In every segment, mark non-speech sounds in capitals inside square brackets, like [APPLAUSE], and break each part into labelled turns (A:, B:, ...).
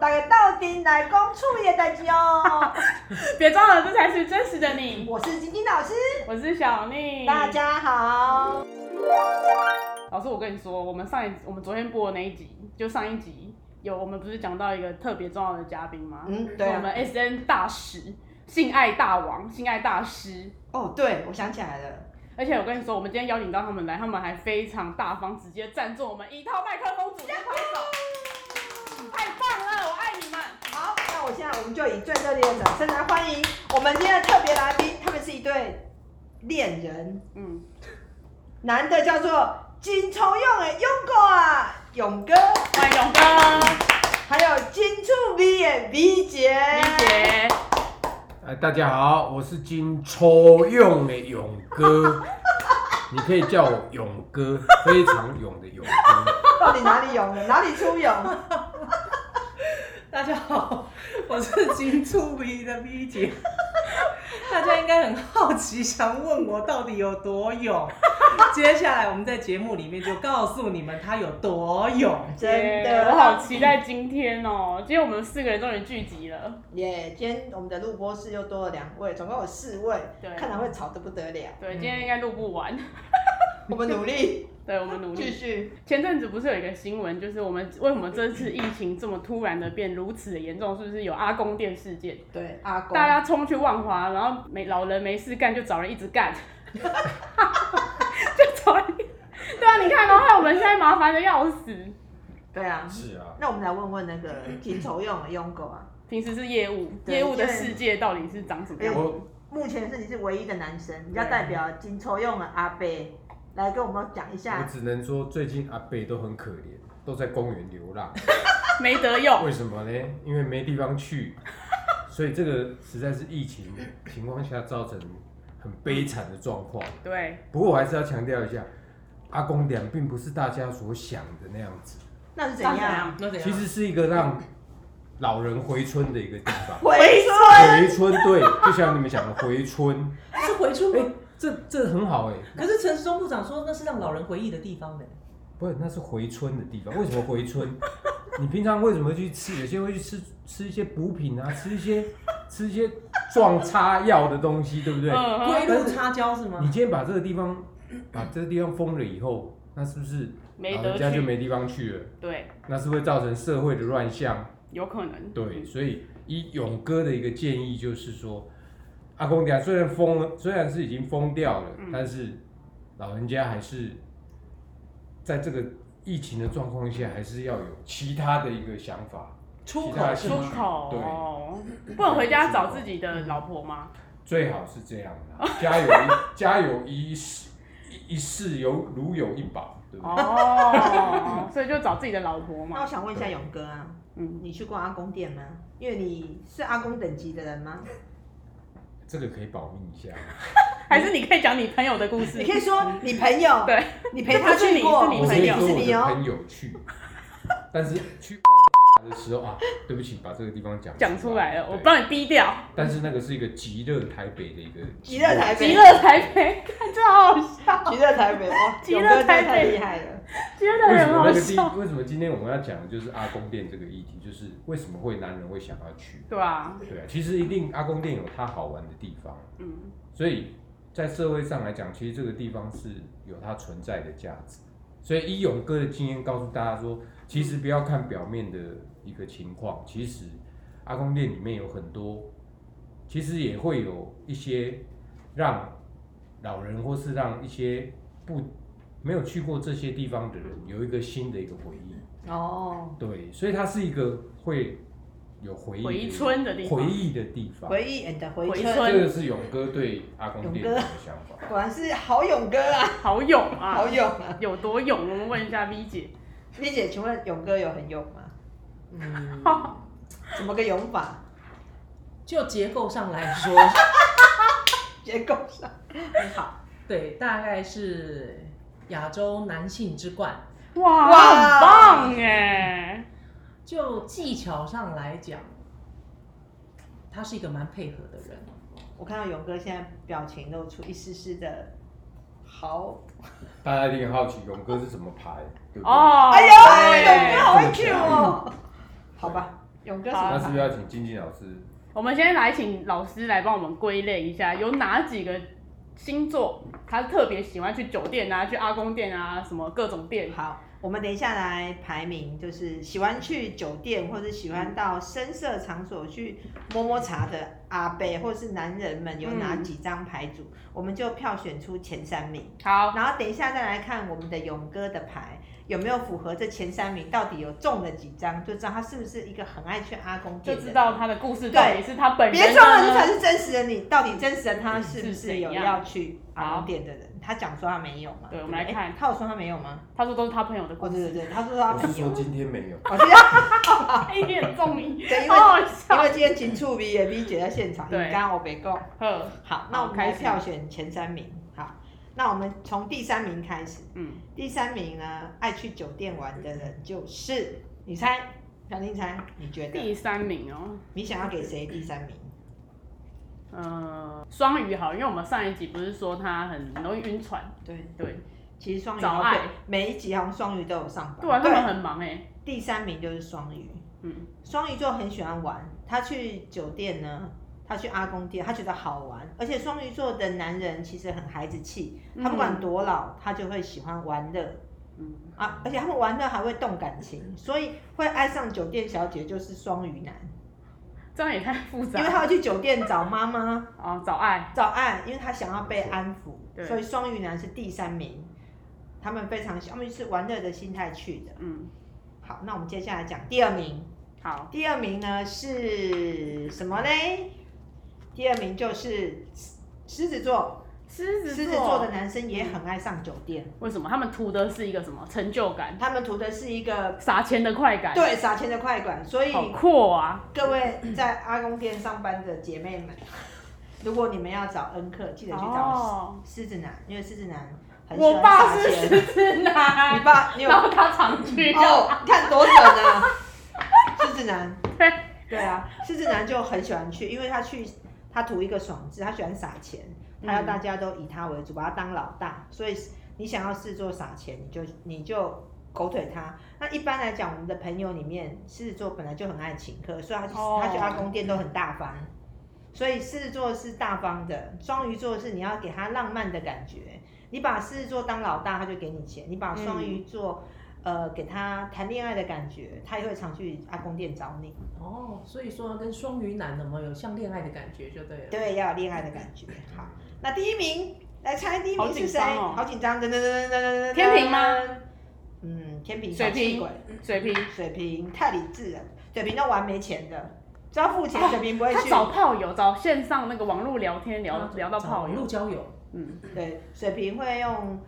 A: 大家到底来讲处理的代志
B: [LAUGHS]
A: 哦。
B: 别装了，这才是真实的你。
A: 我是晶晶老师，
B: 我是小宁，
A: 大家好。
B: 老师，我跟你说，我们上一我们昨天播的那一集，就上一集有我们不是讲到一个特别重要的嘉宾吗？
A: 嗯，对
B: 我
A: 啊。
B: 们 S N 大使，性爱大王，性爱大师。
A: 哦，对，我想起来了。
B: 而且我跟你说，我们今天邀请到他们来，他们还非常大方，直接赞助我们一套麦克风组织拍手，太棒了，我爱你们！
A: 好，那我现在我们就以最热烈的掌声来欢迎我们今天的特别来宾，他们是一对恋人，
B: 嗯，
A: 男的叫做金聪勇的勇哥啊，勇哥，
B: 欢迎勇哥、
A: 还有金处 V 的 V 姐，
B: 李姐。
C: 哎，大家好，我是金抽用的勇 [LAUGHS] 哥，你可以叫我勇哥，非常勇的勇哥。
A: 到底哪里勇了？哪里出
B: [LAUGHS]
A: 勇？
D: 大家好，我是金触鼻的 V 姐。 [LAUGHS] 大家应该很好奇，想问我到底有多勇。接下来我们在节目里面就告诉你们他有多勇。
A: 真
B: 耶
A: 的，
B: 我好期待今天哦、今天我们四个人终于聚集了。
A: 耶今天我们的录播室又多了两位，总共有四位，
B: 对啊
A: 看来会吵得不得了。
B: 对，今天应该录不完， [LAUGHS]
A: 我们努力，
B: 对我 [LAUGHS] 们努
A: 继
B: 力。
A: 续。
B: 前阵子不是有一个新闻，就是我们为什么这次疫情这么突然的变如此的严重，是不是有阿公店事件？
A: 对，阿公，
B: 大家冲去万华，然后没老人没事干就找人一
A: [LAUGHS]
B: 直干， [LAUGHS] 就找人。对啊，你看，然后害我们现在麻烦的要死。
A: 对啊。
C: 是啊，
A: 那我们来问问那
B: [LAUGHS]
A: 个金丑用的勇狗啊，
B: 平时是业务，
A: 对
B: 业务的世界到底是长什么样子？
C: 我
A: 目前是你是唯一的男生，
B: 啊
A: 你要代表金抽用的阿贝来跟我们讲一
C: 我
A: 下。
C: 只能说最近阿贝都很可怜，都在公园流浪。
B: 没
A: [LAUGHS]
B: 得用，
C: 为什么呢？因为没地方去，所以这个实在是疫情情况下造成很悲惨的状况。
B: 对，
C: 不过我还是要强调一下，阿公点并不是大家所想的那样子，
A: 那是怎
B: 那怎
A: 样
B: 样？
D: 那怎样？
C: 其实是一个让老人回村的一个地方。
A: 回说
C: 回春，对，就像你们讲的回
B: [LAUGHS]
C: 春，
D: 是回出
C: 哎、这这很好哎、
D: 可是陈时中部长说那是让老人回忆的地方呢。
C: 不是，那是回春的地方。为什么回春？你平常为什么会去吃？有些会去吃吃一些补品啊，吃一些吃一些撞擦药的东西，对不对？
B: 嗯
D: 归路插交是
C: 你
D: 吗？
C: 今天把这个地方把这个地方封了以后，那是不是
B: 没
C: 老
B: 得
C: 人家就
B: 去
C: 没地方去了？
B: 对，
C: 那是会造成社会的乱象。
B: 有可能。
C: 对，所以以勇哥的一个建议就是说，阿公家虽然封了，虽然是已经封掉了，
B: 嗯
C: 但是老人家还是在这个疫情的状况下，还是要有其他的一个想法。
D: 出
C: 其他
D: 口
C: 的
D: 是
B: 出
D: 吗？
B: 口哦，不能回家找自己的老婆吗？
C: 最好是这样
B: [LAUGHS]
C: 的、家有一家有一事一一事有如有一宝，对不对？
B: 哦，
C: [LAUGHS]
B: 所以就找自己的老婆
A: 那我
B: 嘛。
A: 想问一下勇哥啊，
B: 嗯，
A: 你去过阿公店吗？因为你是阿公等级的人吗？
C: 这个可以保密一下。
B: 还是你可以讲你朋友的故事
A: 你。可以说你朋友，
B: 对，
A: 你陪他去过，
B: 你
C: 我
B: 朋
C: 可
B: 友
C: 以
A: 不
C: 说
A: 是
C: 我
A: 你
C: 的
A: 哦。
C: 朋友
B: [LAUGHS]
C: 去，但是去逛的时候啊，对不起，把这个地方讲
B: 讲出来了，我
C: 对
B: 帮你逼掉。
C: 但是那个是一个极热台北的一个
A: 极热台北
B: 极乐台北，看这好好笑，
A: [LAUGHS] 极乐台北哦，
B: 极
A: 勇
B: 乐
A: 哥真的
B: 台北
A: 太厉害了。
B: 极乐
C: 为
B: 台
C: 什
B: 北很
C: 么那
B: 好
C: 个地？
B: 笑。
C: 为什么今天我们要讲的就是阿公店这个议题？就是为什么会男人会想要去？
B: 对啊，
C: 对啊，其实一定阿公店有它好玩的地方，啊
B: 嗯，
C: 所以在社会上来讲，其实这个地方是有它存在的价值。所以以勇哥的经验告诉大家说，其实不要看表面的一个情况，其实阿公店里面有很多，其实也会有一些让老人或是让一些不没有去过这些地方的人有一个新的一个回忆。
A: 哦，
C: 对，所以它是一个会有回忆的
B: 回春的地方
C: 回忆的地方。
A: 回忆 and 回
B: 回
A: 春，
B: 春
C: 这个是勇哥对阿公店的一个想法。
A: 果然是好勇哥啊， [LAUGHS]
B: 好勇啊
A: 好，勇啊。
B: 有多勇？我们问一下 V 姐，
A: 丽姐，请问勇哥有很勇吗？
D: 嗯， [LAUGHS]
A: 怎么个勇法？
D: 就结构上来说，
A: 结构上很好。
D: 对，大概是亚洲男性之冠。
B: 哇，
A: 哇
B: 很棒哎，
D: 就技巧上来讲，他是一个蛮配合的人。
A: 我看到勇哥现在表情露出一丝丝的好，
C: 大家一定很好奇
A: 哎
C: 勇哥是怎么排，对不对？
B: 哦，
A: 哎呦，
B: 对
A: 勇哥好会 Q 哦。好吧，勇哥什
B: 好
C: 那
A: 么
C: 是
A: 牌
C: 不是要请晶晶老师？
B: 我们先来请老师来帮我们归类一下，有哪几个星座他特别喜欢去酒店啊、去阿公店啊、什么各种店？
A: 好，我们等一下来排名，就是喜欢去酒店或者喜欢到深色场所去摸摸茶的阿伯或是男人们有
B: 嗯
A: 哪几张牌组，我们就票选出前三名。
B: 好，
A: 然后等一下再来看我们的勇哥的牌有没有符合这前三名，到底有中了几张，就知道他是不是一个很爱去阿公
B: 就
A: 店的人。
B: 知道他的故事到底是他本人
A: 别
B: 呢
A: 说了，这才是真实的你。到底真实的他是不
B: 是怎
A: 是有
B: 样
A: 要去阿
B: 好
A: 公店的人？他讲说他没有嘛？
B: 对我
A: 不
B: 们来看
A: 诶他有说他没有吗？
B: 他说都是他朋友的故
A: 哦，对对
B: 事，
A: 对，他说他
C: 我
A: 没
C: 是
A: 有
C: 说。今天没有，
B: 哦
A: 我知
B: 啊
A: 道，
B: 一哎点中你，
A: 哦对，因为
B: 好好
A: [LAUGHS] 因
B: 笑。
A: 为今天秦处 V 也 V 姐在现场，你
B: 对
A: 刚刚我没够。
B: 呵，
A: 好，那我们
B: 好
A: 来
B: 开始
A: 票选前三名。好，那我们从第三名开始。
B: 嗯，
A: 第三名呢，爱去酒店玩的人就是你猜，小林猜，你觉得
B: 第三名哦，
A: 你想要给谁第三名？
B: 呃，双鱼好，因为我们上一集不是说他很容易晕船，
A: 对，
B: 对，
A: 其实双鱼
B: 早
A: 好
B: 爱
A: 对每一集好像双鱼都有上
B: 对啊，
A: 榜。
B: 他们很忙哎、
A: 第三名就是双鱼。
B: 嗯，
A: 双鱼座很喜欢玩，他去酒店呢，他去阿公店，他觉得好玩。而且双鱼座的男人其实很孩子气，他不管多老，他就会喜欢玩乐。
B: 嗯
A: 啊，而且他们玩乐还会动感情，所以会爱上酒店小姐就是双鱼男，
B: 这样也太复
A: 因为
B: 杂
A: 他会去酒店找妈妈、
B: 哦，早爱，
A: 找爱，因为他想要被安抚，
B: 对
A: 所以双鱼男是第三名。他们非常喜，他们是玩乐的心态去的。
B: 嗯，
A: 好，那我们接下来讲第二名。
B: 好，
A: 第二名呢是什么嘞？第二名就是狮子座，
B: 狮
A: 狮
B: 子
A: 子座的男生也很爱上酒店，
B: 为什么他们图的是一个什么成就感、
A: 他们图的是一个
B: 撒钱的快感？，
A: 对撒钱的快感，所以
B: 好阔啊！
A: 各位在阿公店上班的姐妹们，如果你们要找恩客，记得去找
B: 哦，
A: 狮子男，因为狮子男很喜
B: 我
A: 欢
B: 爸
A: 撒
B: 是
A: 钱。
B: 狮子
A: 你
B: 男，
A: 爸， [LAUGHS] 你有
B: 然后他常去，
A: 哦？你看多准啊！ [LAUGHS] 狮子男，
B: 对
A: 对啊，狮子男就很喜欢去，因为他去他图一个爽字，他喜欢撒钱，他要大家都以他为主，把他当老大，所以你想要试做撒钱，你就你就。狗腿他，那一般来讲，我们的朋友里面，狮子座本来就很爱请客，所以他去、
B: 哦
A: 他去阿公店都很大方，所以狮子座是大方的，双鱼座是你要给他浪漫的感觉，你把狮子座当老大，他就给你钱；你把双鱼座，
B: 嗯
A: 呃，给他谈恋爱的感觉，他也会常去阿公店找
B: 嗯
A: 你。
D: 哦，所以说跟双鱼男有没有有像恋爱的感觉就对了。
A: 对，要有恋爱的
B: [LAUGHS]
A: 感觉。好，那第一名来猜第一名是谁？
B: 好紧张哦
A: 好紧张！噔噔噔噔噔噔噔。
B: 天平吗？
A: 嗯，天平。
B: 水瓶
A: 小气鬼，
B: 水瓶，
A: 水瓶太理智了，水瓶都玩没钱的，只要付钱，水瓶不会
B: 哦他
A: 去。
B: 找炮友，找线上那个网络聊天聊
D: 啊
B: 聊到炮
D: 网
B: 友
D: 络，交友，
B: 嗯，
A: 对，水瓶会用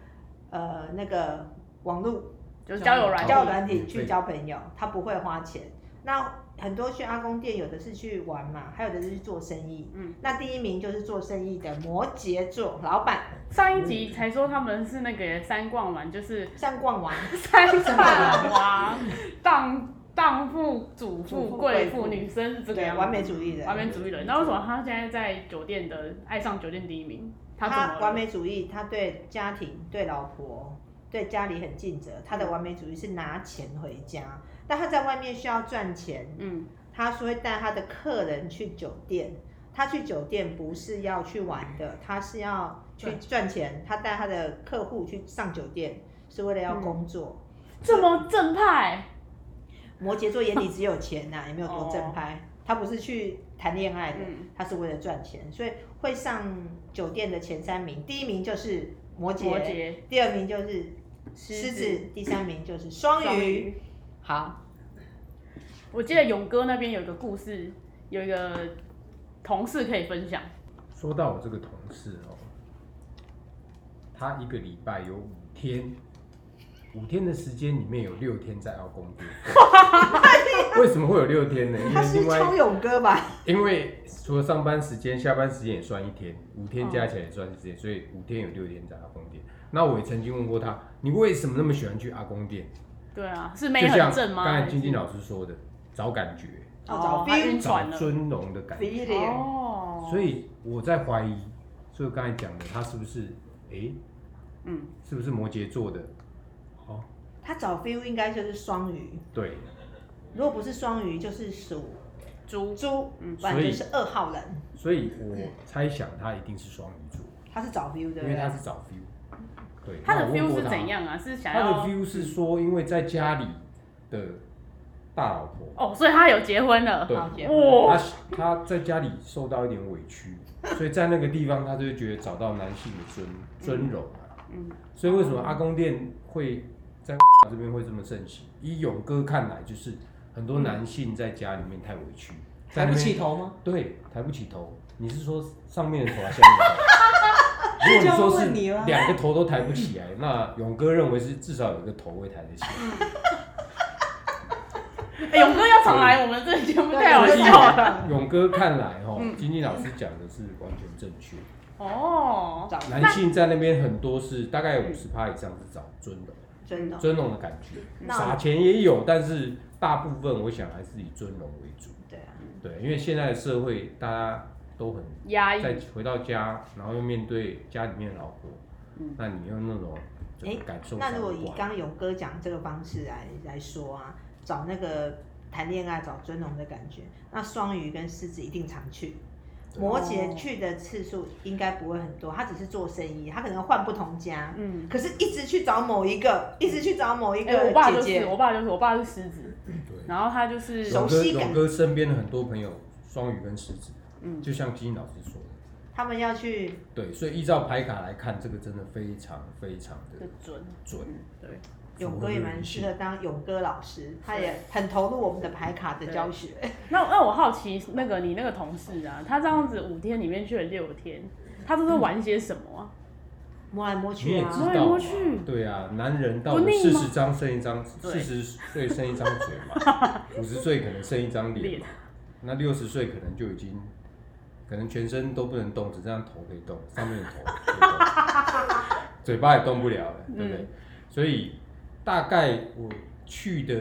A: 呃那个网络
B: 就是交友软
A: 交友
B: 件，
A: 软体去交朋友，他不会花钱。那很多去阿公店，有的是去玩嘛，还有的是去做生意。
B: 嗯，
A: 那第一名就是做生意的摩羯座老板，
B: 上一集才说他们是那个三逛
A: [LAUGHS]
B: 完，就是
A: 上逛完。
B: 三大王、 [LAUGHS] 荡荡妇、主
A: 主
B: 妇、
A: 妇
B: 贵
A: 贵妇
B: 妇，女生 [LAUGHS] 是这个
A: 对
B: 样，子
A: 完美主义的，
B: 完美主义人。那为什么他现在在酒店的爱上酒店第一名？他怎
A: 他
B: 么
A: 啊完
B: 了？
A: 美主义，他对家庭、对老婆、对家里很尽责。他的完美主义是拿钱回家，但他在外面需要赚钱，
B: 嗯，
A: 他是会带他的客人去酒店。他去酒店不是要去玩的，他是要去赚钱。他带他的客户去上酒店，是为了要工作。
B: 这么正派，
A: 摩羯座眼里只有钱 [LAUGHS] 呐、也没有多正派。他不是去谈恋爱的，
B: 嗯
A: 他是为了赚钱，所以会上酒店的前三名，第一名就是摩羯，
B: 摩羯、
A: 第二名就是狮子，第三名就是双
B: 双
A: 鱼。
B: 鱼。
A: 好，
B: 我记得勇哥那边有一个故事，有一个同事可以分享。
C: 说到我这个同事哦，他一个礼拜有五天，五天的时间里面有六天在澳工
B: [LAUGHS]
C: 地。为什么会有六天呢？因
A: 他
C: 为
A: 是
C: 另外
A: 超勇哥吧？
C: 因为除了上班时间、下班时间也算一天，五天加起来也算一天，所以五天有六天在阿公店。那我也曾经问过他，你为什么那么喜欢去阿公店？
B: 对啊，是妹
C: 就像
B: 很正吗？
C: 刚才
B: 还是
C: 晶晶老师说的，找感觉，
B: 哦
A: 哦，
B: 他晕
C: 找
B: 船了。
C: 尊荣的感觉。
A: feeling，
B: 哦，
C: 所以我在怀疑，就刚才讲的，他是不是诶，
B: 嗯，
C: 是不是摩羯座的？哦，
A: 他找 feel 应该就是双鱼，
C: 对，
A: 如果不是双鱼，就是属
B: 猪，
A: 猪，
B: 嗯
A: 反正就是二号人，
C: 所以我猜想他一定是双鱼座，
A: 他是找 view 的
C: 因为他
A: 人，
C: 是找 feel。对，
B: 他的
C: 那我问
B: feel
C: 过
B: 是
C: 他
B: 怎？样啊？是想
C: 他的
B: 要
C: feel 是说，因为在家里的大老婆，
B: 哦，所以他有结婚了。
C: 对
A: 好结婚
B: 哇，
C: 他他在家里受到一点委屈，所以在那个地方他就会觉得找到男性的尊尊荣啊。
B: 嗯，
C: 所以为什么阿公店会在这边会这么盛行？以勇哥看来，就是很多男性在家里面太委屈，在
D: 抬
C: 那
D: 不
C: 边
D: 起头吗？
C: 对，抬不起头。你是说上面的头还是下面的头？如果你说
D: 这样
C: 是
D: 问你了
C: 两个头都抬不起来，那勇哥认为是至少有一个头会抬得起来。
B: 哎勇哥要常来我们这个节目，
A: 对
B: 太好
C: 所以
B: 笑了。
C: [LAUGHS] 勇哥看来哈
B: 嗯，
C: 金金老师讲的是完全正确。
B: 哦，
A: 找
C: 男性在那边很多是大概五十趴以上是找尊荣，
A: 真的。
C: 尊荣的感觉，
A: 那
C: 撒钱也有，但是大部分我想还是以尊荣为主。
A: 对啊，
C: 对，因为现在的社会大家都很
B: 压抑
C: 再回到家，然后又面对家里面的老婆，
B: 嗯
C: 那你用那种整个感受
A: 那
C: 上
A: 如果
C: 过
A: 以
C: 来，
A: 刚刚勇哥讲这个方式来来说啊，找那个谈恋爱找尊荣的感觉，那双鱼跟狮子一定常去。
C: 对
A: 摩羯去的次数应该不会很多，他只是做生意，他可能换不同家，
B: 嗯，
A: 可是一直去找某一个，一直去找某一
B: 哎、我
A: 个
B: 爸
A: 姐
B: 就
A: 姐
B: 是，，我爸就是，我爸是狮子，然后他就是
A: 手
C: 勇
A: 熟
C: 哥
A: 悉感
C: 勇哥身边的很多朋友双鱼跟狮子，
B: 嗯
C: 就像金老师说的，
A: 他们要去
C: 对，所以依照牌卡来看，这个真的非常非常
B: 的
C: 的
B: 准，
C: 准。
B: 嗯，对，
A: 勇哥也蛮适合当勇哥老师，他也很投入我们的牌卡的教学。
B: 那那我好奇，那个你那个同事啊，他这样子五天里面去了六天，他都在玩些什么啊？
A: 摸来摸
C: 你
A: 去
C: 也
A: 啊
C: 知，
B: 摸来
C: 道
B: 摸
C: 嘛
B: 去
C: 对啊，男人到
B: 不腻
C: 四
B: 吗
C: 十张剩一张，四
B: 对
C: 十岁剩一张嘴嘛，五十岁可能剩一张脸嘛，那六十岁可能就已经，可能全身都不能动，只剩下头可以动，上面的头可以动，嘴巴也动不了了，对不对？所以大概我去的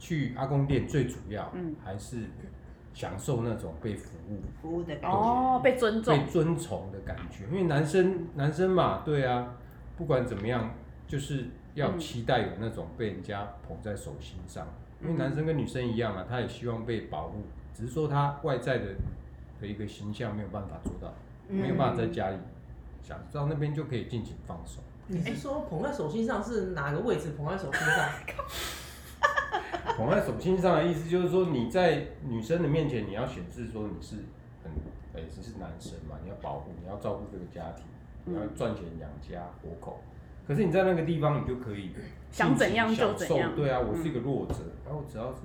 C: 去阿公店最主要
B: 嗯
C: 还是享受那种被服务、
A: 服务的感觉。
B: 哦，被尊
C: 被
B: 重，
C: 尊崇的感觉，因为男生男生嘛，对啊，不管怎么样，就是要
B: 嗯
C: 期待有那种被人家捧在手心上，因为
B: 嗯
C: 男生跟女生一样啊，他也希望被保护，只是说他外在的的一个形象没有办法做到，
A: 嗯
B: 嗯
C: 没有办法在家里想到那边就可以尽情放手。
D: 你
B: 哎
D: 是说捧在手心上是哪个位置捧在手心上？ [LAUGHS]
C: [LAUGHS] 捧在手心上的意思就是说，你在女生的面前，你要显示说你是很，哎、你是男生嘛，你要保护，你要照顾这个家庭，
B: 嗯
C: 你要赚钱养家活口。可是你在那个地方，你就可以
B: 想怎样就怎样
C: 享受对啊，我是
B: 嗯
C: 一个弱者，然后只要是，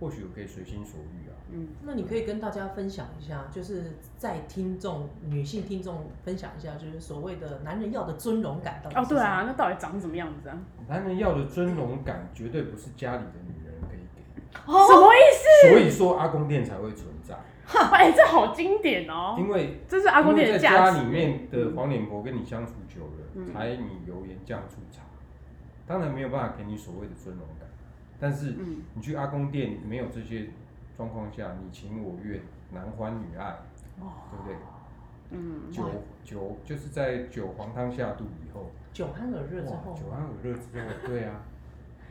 C: 或许我可以随心所欲啊。
B: 嗯，
D: 那你可以跟大家分享一下，就是在听众女性听众分享一下，就是所谓的男人要的尊荣感到底
B: 哦，
D: 是
B: 对
D: 什么，
B: 啊，那到底长什么样子啊？
C: 男人要的尊荣感，绝对不是家里的女人可以给，
A: 哦
B: 什么意
C: 所以说阿公店才会存在，
B: 思？ [LAUGHS] 哎、这好经典哦，
C: 因为
B: 这是阿公
C: 因为
B: 店的
C: 在
B: 价值。
C: 家里面的黄脸婆跟你相处久了，
B: 嗯
C: 柴米油盐酱醋茶，当然没有办法给你所谓的尊荣感。但是
B: 嗯，
C: 你去阿公店没有这些状况下，你情我愿，男欢女爱，
B: 哦，
C: 对不对？
B: 嗯，
C: 酒酒就是在酒黄汤下肚以后，
D: 酒酣耳热之
C: 哇，
D: 后
C: 酒，酣耳热之后，
B: [LAUGHS]
C: 对啊，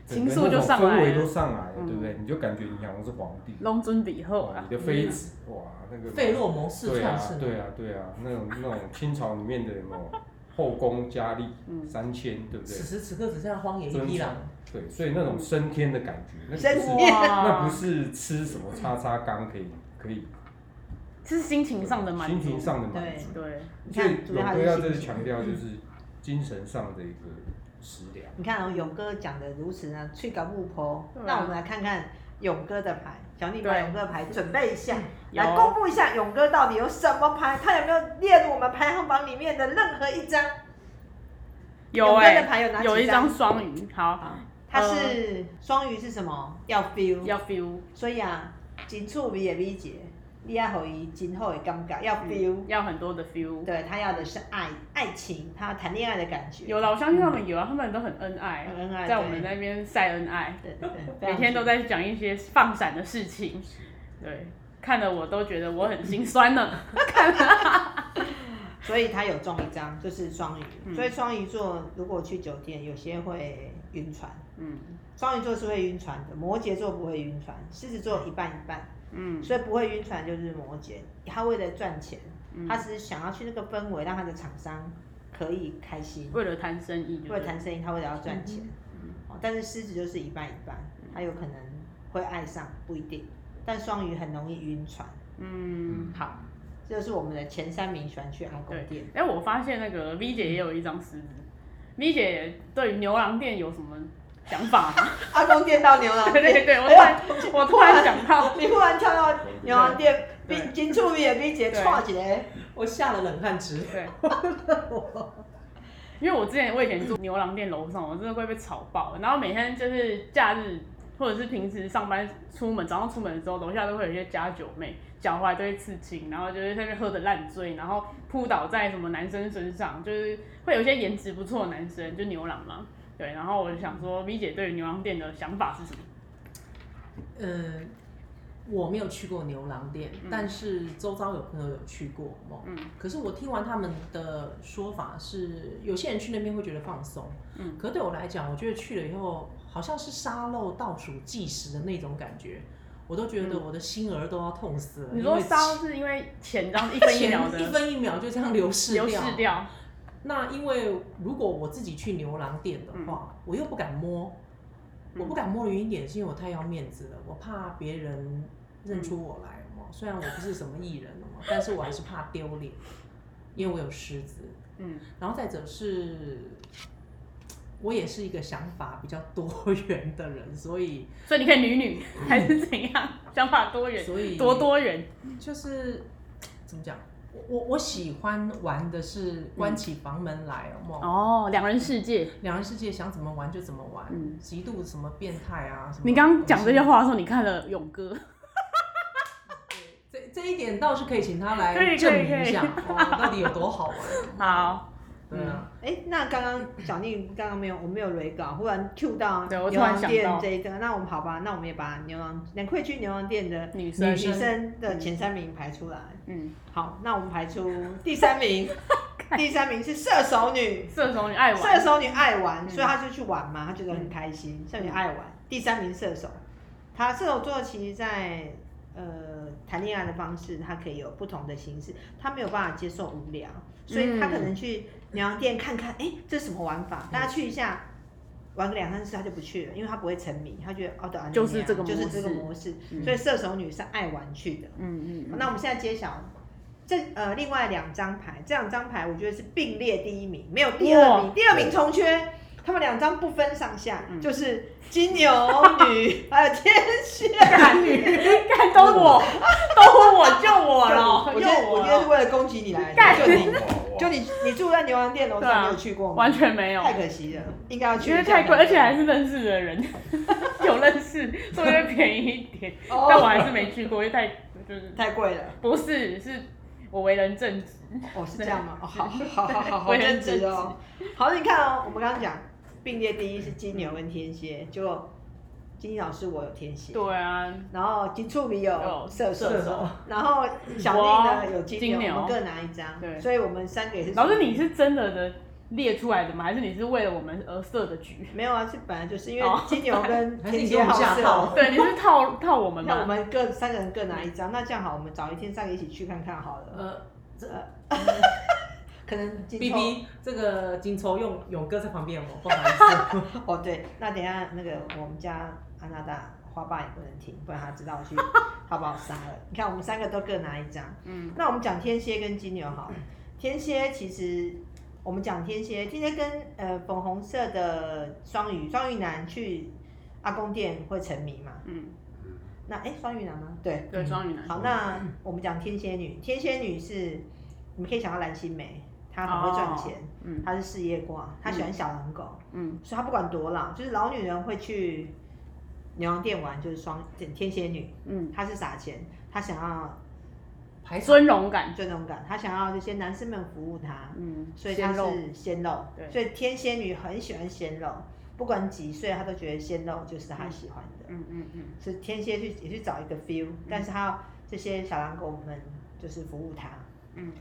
B: 情
C: 整个
B: 愫就
C: 那种
B: 上来
C: 氛围
B: 了
C: 都上来了，
B: 嗯
C: 对不对？你就感觉你好像是皇帝，
B: 龙尊比后
C: 哇
B: 啊
C: 你，的妃子，哇，那个
D: 费洛蒙四
C: 对
D: 窜
C: 啊
D: 是，吗？
C: 对啊，对啊，那种那种清朝里面的什么后宫佳丽
B: 嗯
C: 三千，对不对
D: 此？时此刻只剩下荒野一匹狼，
C: 对，所以那种升天的感觉，
B: 嗯
C: 那
A: 升
C: 不
A: 天
C: 是那
B: 哇
C: 不，是吃什么叉叉缸可以可以
B: 这是心情上的满足，
C: 心情上的满足。
B: 对，
A: 你
C: 所以
A: 看，主
C: 勇
A: 要还
C: 哥要
A: 是
C: 这
A: 心
C: 是
A: 情。
C: 强调就是精神上的一个食粮。
A: 你看哦，勇哥讲的如此呢，去搞木婆
B: 对啊。
A: 那我们来看看勇哥的牌，小丽把
B: 对
A: 勇哥的牌准备一下，
B: 有
A: 来公布一下勇哥到底有什么牌，他有没有列入我们排行榜里面的任何一
B: 呃
A: 张？
B: 有
A: 勇哥
B: 哎、
A: 的牌有哪几
B: 有一张双鱼，好，
A: 他是双鱼是什么？要 feel，
B: 呃要 feel，
A: 所以啊，真趣味的美姐，你要互伊真好的感觉，
B: 嗯
A: 要 feel，、
B: 要很多的 feel。
A: 对他要的是爱爱情，他要谈恋爱的感觉，
B: 有啦，我相信他们有啊，他们都很恩爱，
A: 嗯很恩爱
B: 在我们
A: 对
B: 那边晒恩爱，
A: 对对对，
B: [LAUGHS]
A: 非
B: 每
A: 常
B: 天都在讲一些放闪的事情，对，看得我都觉得我很心酸呢。
A: 所以他有中一张，就是双鱼。
B: 嗯
A: 所以双鱼座如果去酒店，有些会晕船，
B: 嗯，
A: 双鱼座是会晕船的，摩羯座不会晕船，狮子座一半一半，
B: 嗯
A: 所以不会晕船就是摩羯，他为了赚钱，
B: 嗯，
A: 他只是想要去那个氛围，让他的厂商可以开心，
B: 为了谈生意
A: 为
B: 就嗯对了，
A: 了谈生意，他为了要赚钱。
C: 嗯
A: 哦，但是狮子就是一半一半，
B: 嗯
A: 他有可能会爱上，不一定。但双鱼很容易晕船，
B: 嗯，
C: 嗯
B: 好，
A: 这就是我们的前三名喜欢去阿公
B: 对
A: 店。，
B: 哎，我发现那个 V 姐也有一张狮子，V 姐对牛郎店有什么想法吗？
A: 阿公店到牛郎
B: [LAUGHS] 对
A: 店，
B: 对对，我突然哎我突然想到，
A: 你忽然跳到牛郎店，
B: 对
A: 冰金处也冰姐
B: 对
A: 串起来，
D: 我吓了冷汗直流。
B: [LAUGHS] 对，因为我之前我以前住牛郎店楼上，我真的会被吵爆。然后每天就是假日或者是平时上班出门，早上出门的时候，楼下都会有一些家九妹，脚踝都会刺青，然后就是在那边喝的烂醉，然后扑倒在什么男生身上，就是会有一些颜值不错的男生，就牛郎嘛。对，然后我就想说，V 姐对于牛郎店的想法是什么？
D: 嗯，我没有去过牛郎店，
B: 嗯
D: 但是周遭有朋友有去过哦。
B: 嗯
D: 可是我听完他们的说法是，有些人去那边会觉得放松，
B: 嗯，
D: 可对我来讲，我觉得去了以后好像是沙漏倒数计时的那种感觉，我都觉得我的心儿都要痛死了。
B: 嗯你说
D: 因为
B: 烧是因为嗯 [LAUGHS] 钱这样一分一
D: 钱
B: 秒的
D: 一分一秒就这样流逝
B: 流逝掉，
D: 那因为如果我自己去牛郎店的话，我又不敢摸，
B: 嗯
D: 我不敢摸的原因点是因为我太要面子了，我怕别人认出
B: 嗯
D: 我来了嘛。虽然我不是什么艺人了嘛，但是我还是怕丢脸，因为我有狮子。
B: 嗯
D: 然后再者是，我也是一个想法比较多元的人，所以
B: 所以你可以女女还是怎样， [LAUGHS] 想法多元，
D: 所以
B: 多多元。
D: 就是怎么讲，我我我喜欢玩的是关起房门来哦。嘛
B: 哦，两人世界。
D: 两人世界想怎么玩就怎么玩，
B: 嗯
D: 极度什么变态啊什么。
B: 你刚刚讲这些，话的时候，你看了勇哥，
D: 这这一点倒是可以请他
B: 可以可
D: 来
B: 以
D: 证明一下，
B: 可
D: 哇到底有多好
B: [LAUGHS]
D: 玩。
B: 好，
D: 对啊，
A: 哎，那刚刚小宁刚刚没有，我没有雷稿，忽然 Q 到
B: 对我突
A: 牛
B: 然
A: 郎
B: 想
A: 店
B: 到
A: 这一个，那我们好吧，那我们也把牛郎能会去牛郎店的
B: 女生，
A: 女
D: 生
A: 生的前三名排出来。
B: 嗯，
A: 好，那我们排出第三
B: [LAUGHS]
A: 名，第三名是射手女，
B: 射手女爱
A: 射
B: 玩，
A: 手女爱玩，
B: 嗯
A: 所以她就去玩嘛，她觉得很开心。射手女爱玩，第三名射手，她射手座其实在呃谈恋爱的方式，她可以有不同的形式，她没有办法接受无聊，所以她可能去牛羊店看看，哎、这是什么玩法？
B: 嗯
A: 大家去一下。玩个两三次她就不去了，因为她不会沉迷，她觉得哦，对啊
B: 就是这个
A: 就是
B: 模
A: 这个
B: 式
A: 模式，
B: 嗯
A: 所以射手女是爱玩去的。
B: 嗯
A: 那我们现在揭晓这呃另外两张牌，这两张牌我觉得是并列第一名，没有第二名，第二名重缺，他们两张不分上下，
B: 嗯
A: 就是金牛
B: [LAUGHS]
A: 女还有天蝎。
B: 干女，干都我， [LAUGHS] 都我救我
A: [LAUGHS]
B: 了，
A: 我
B: 救
A: 觉得我觉得是
B: 了，
A: 为了攻击你来
B: 干
A: 的，就你就
C: 就
A: 你你住在牛郎店楼
B: 对啊
A: 上没有去过吗？
B: 完全没有，
A: 太可惜了，应该要去一下。
B: 觉得太贵，而且还是认识的人， [LAUGHS] 有认识，所以会便宜一点，
A: 哦
B: 但我还是没去过，因为太就是
A: 太贵了。
B: 不是是我为人正直，
A: 哦，是这样吗？哦，好好好好好
B: 为人
A: 正直
B: 正
A: 哦。好，你看哦，我们刚刚讲并列第一是金牛跟天蝎，就金老师我有天蝎，
B: 对啊，
A: 然后金处里有
B: 有
A: 射手，
D: 射手
A: 然后小丽
B: 我
A: 呢有金牛，
B: 金牛
A: 我们各拿一张，
B: 对
A: 所以我们三个也是。
B: 老师你是真的的列出来的吗？还是你是为了我们而设的局？
A: 没有啊？是本来就是因为
B: 哦
A: 金牛跟
D: 还是
A: 天
D: 你给
A: 蝎
D: 我们
A: 好
D: 下套
A: 色。
B: 对，你是套套我们
A: 那我
B: 吗？
A: 们各三个人各拿一张，那这样好，我们找一天三个一起去看看好
B: 嗯
A: 了。
D: 呃
A: 可能金
D: ，B
A: 牛
D: B 这个金抽用勇哥在旁边，哦我不好
B: [LAUGHS]
D: 意思。
A: 哦，对，那等一下那个我们家安娜大花爸也不能听，不然他知道我去，他把我杀了。你看，我们三个都各拿一张。
B: 嗯
A: 那我们讲天蝎跟金牛好了。天蝎其实我们讲天蝎，天蝎跟呃粉红色的双鱼，双鱼男去阿公店会沉迷嘛？
B: 嗯，
A: 那哎，双鱼男吗？对。
B: 对，双鱼男。
A: 嗯好，那我们讲天蝎女，天蝎女是你们可以想到蓝心湄，她很会赚钱，
B: 嗯
A: 她是事业挂，她喜欢小狼狗。
B: 嗯
A: 所以她不管多老，就是老女人会去牛郎店玩，就是双天蝎女，
B: 嗯，
A: 她是撒钱，她想要
D: 排除
B: 尊荣感。
A: 尊荣感，她想要这些男生们服务她，
B: 嗯，
A: 所以她
B: 鲜肉
A: 是鲜肉，
B: 对
A: 所以天蝎女很喜欢鲜肉，不管几岁她都觉得鲜肉就是她喜欢的，
B: 嗯嗯嗯
A: 是天蝎去也去找一个 feel，但是她要这些小狼狗们就是服务她。
B: 嗯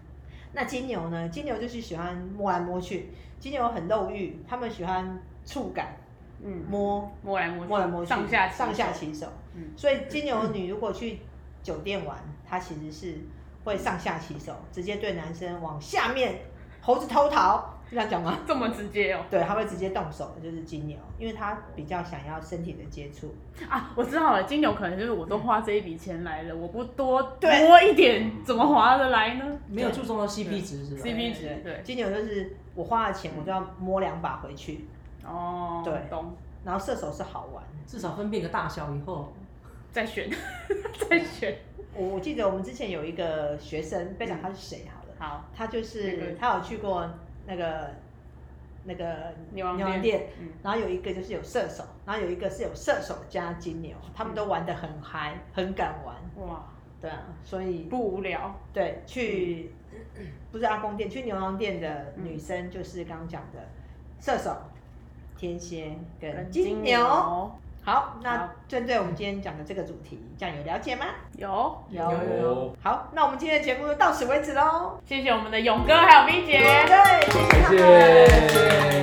A: 那金牛呢？金牛就是喜欢摸来摸去，金牛很肉欲，他们喜欢触感，
B: 嗯，
A: 摸
B: 摸来摸去，
A: 摸来摸去，
B: 上下
A: 上下
B: 手
A: 其手。
B: 嗯
A: 所以金牛女如果去酒店玩，她其实是会上下其手，直接对男生往下面猴子偷桃，是这样讲吗？
B: 这么直接哦、
A: 对，她会直接动手，就是金牛，因为她比较想要身体的接触。
B: 啊！我知道了，金牛可能就是我都花这一笔钱来了，我不多
A: 对
B: 多一点，怎么划得来呢
D: 没有注重到 CP 值
A: 啊
D: 是吧？
B: ？CP 值对
A: 金牛就是我花了钱，我就要摸两把回去，
B: 哦，
A: 对
B: 懂，
A: 然后射手是好玩。
D: 至少分辨个大小以后，
A: [LAUGHS]
B: 再选，再选，
A: 我我记得我们之前有一个学生，不要讲他是谁好了， [LAUGHS]
B: 好，
A: 他就是、
B: 嗯那个
A: 他有去过那个那个
B: 牛郎
A: 店，
B: 店，嗯，
A: 然后有一个就是有射手，然后有一个是有射手加金牛，他们都玩得很嗨，很敢玩，
B: 哇，
A: 对啊，所以
B: 不无聊，
A: 对去、不是阿公店，去牛郎店的女生就是刚刚讲的射手、天蝎跟金牛。好，
B: 好
A: 那针对我们今天讲的这个主题，这样有了解吗？
B: 有。
A: 有
D: 有有有
A: 好，那我们今天的节目就到此为止喽。
B: 谢谢我们的勇哥还有冰姐。
A: 对，谢谢他们。
C: 谢谢。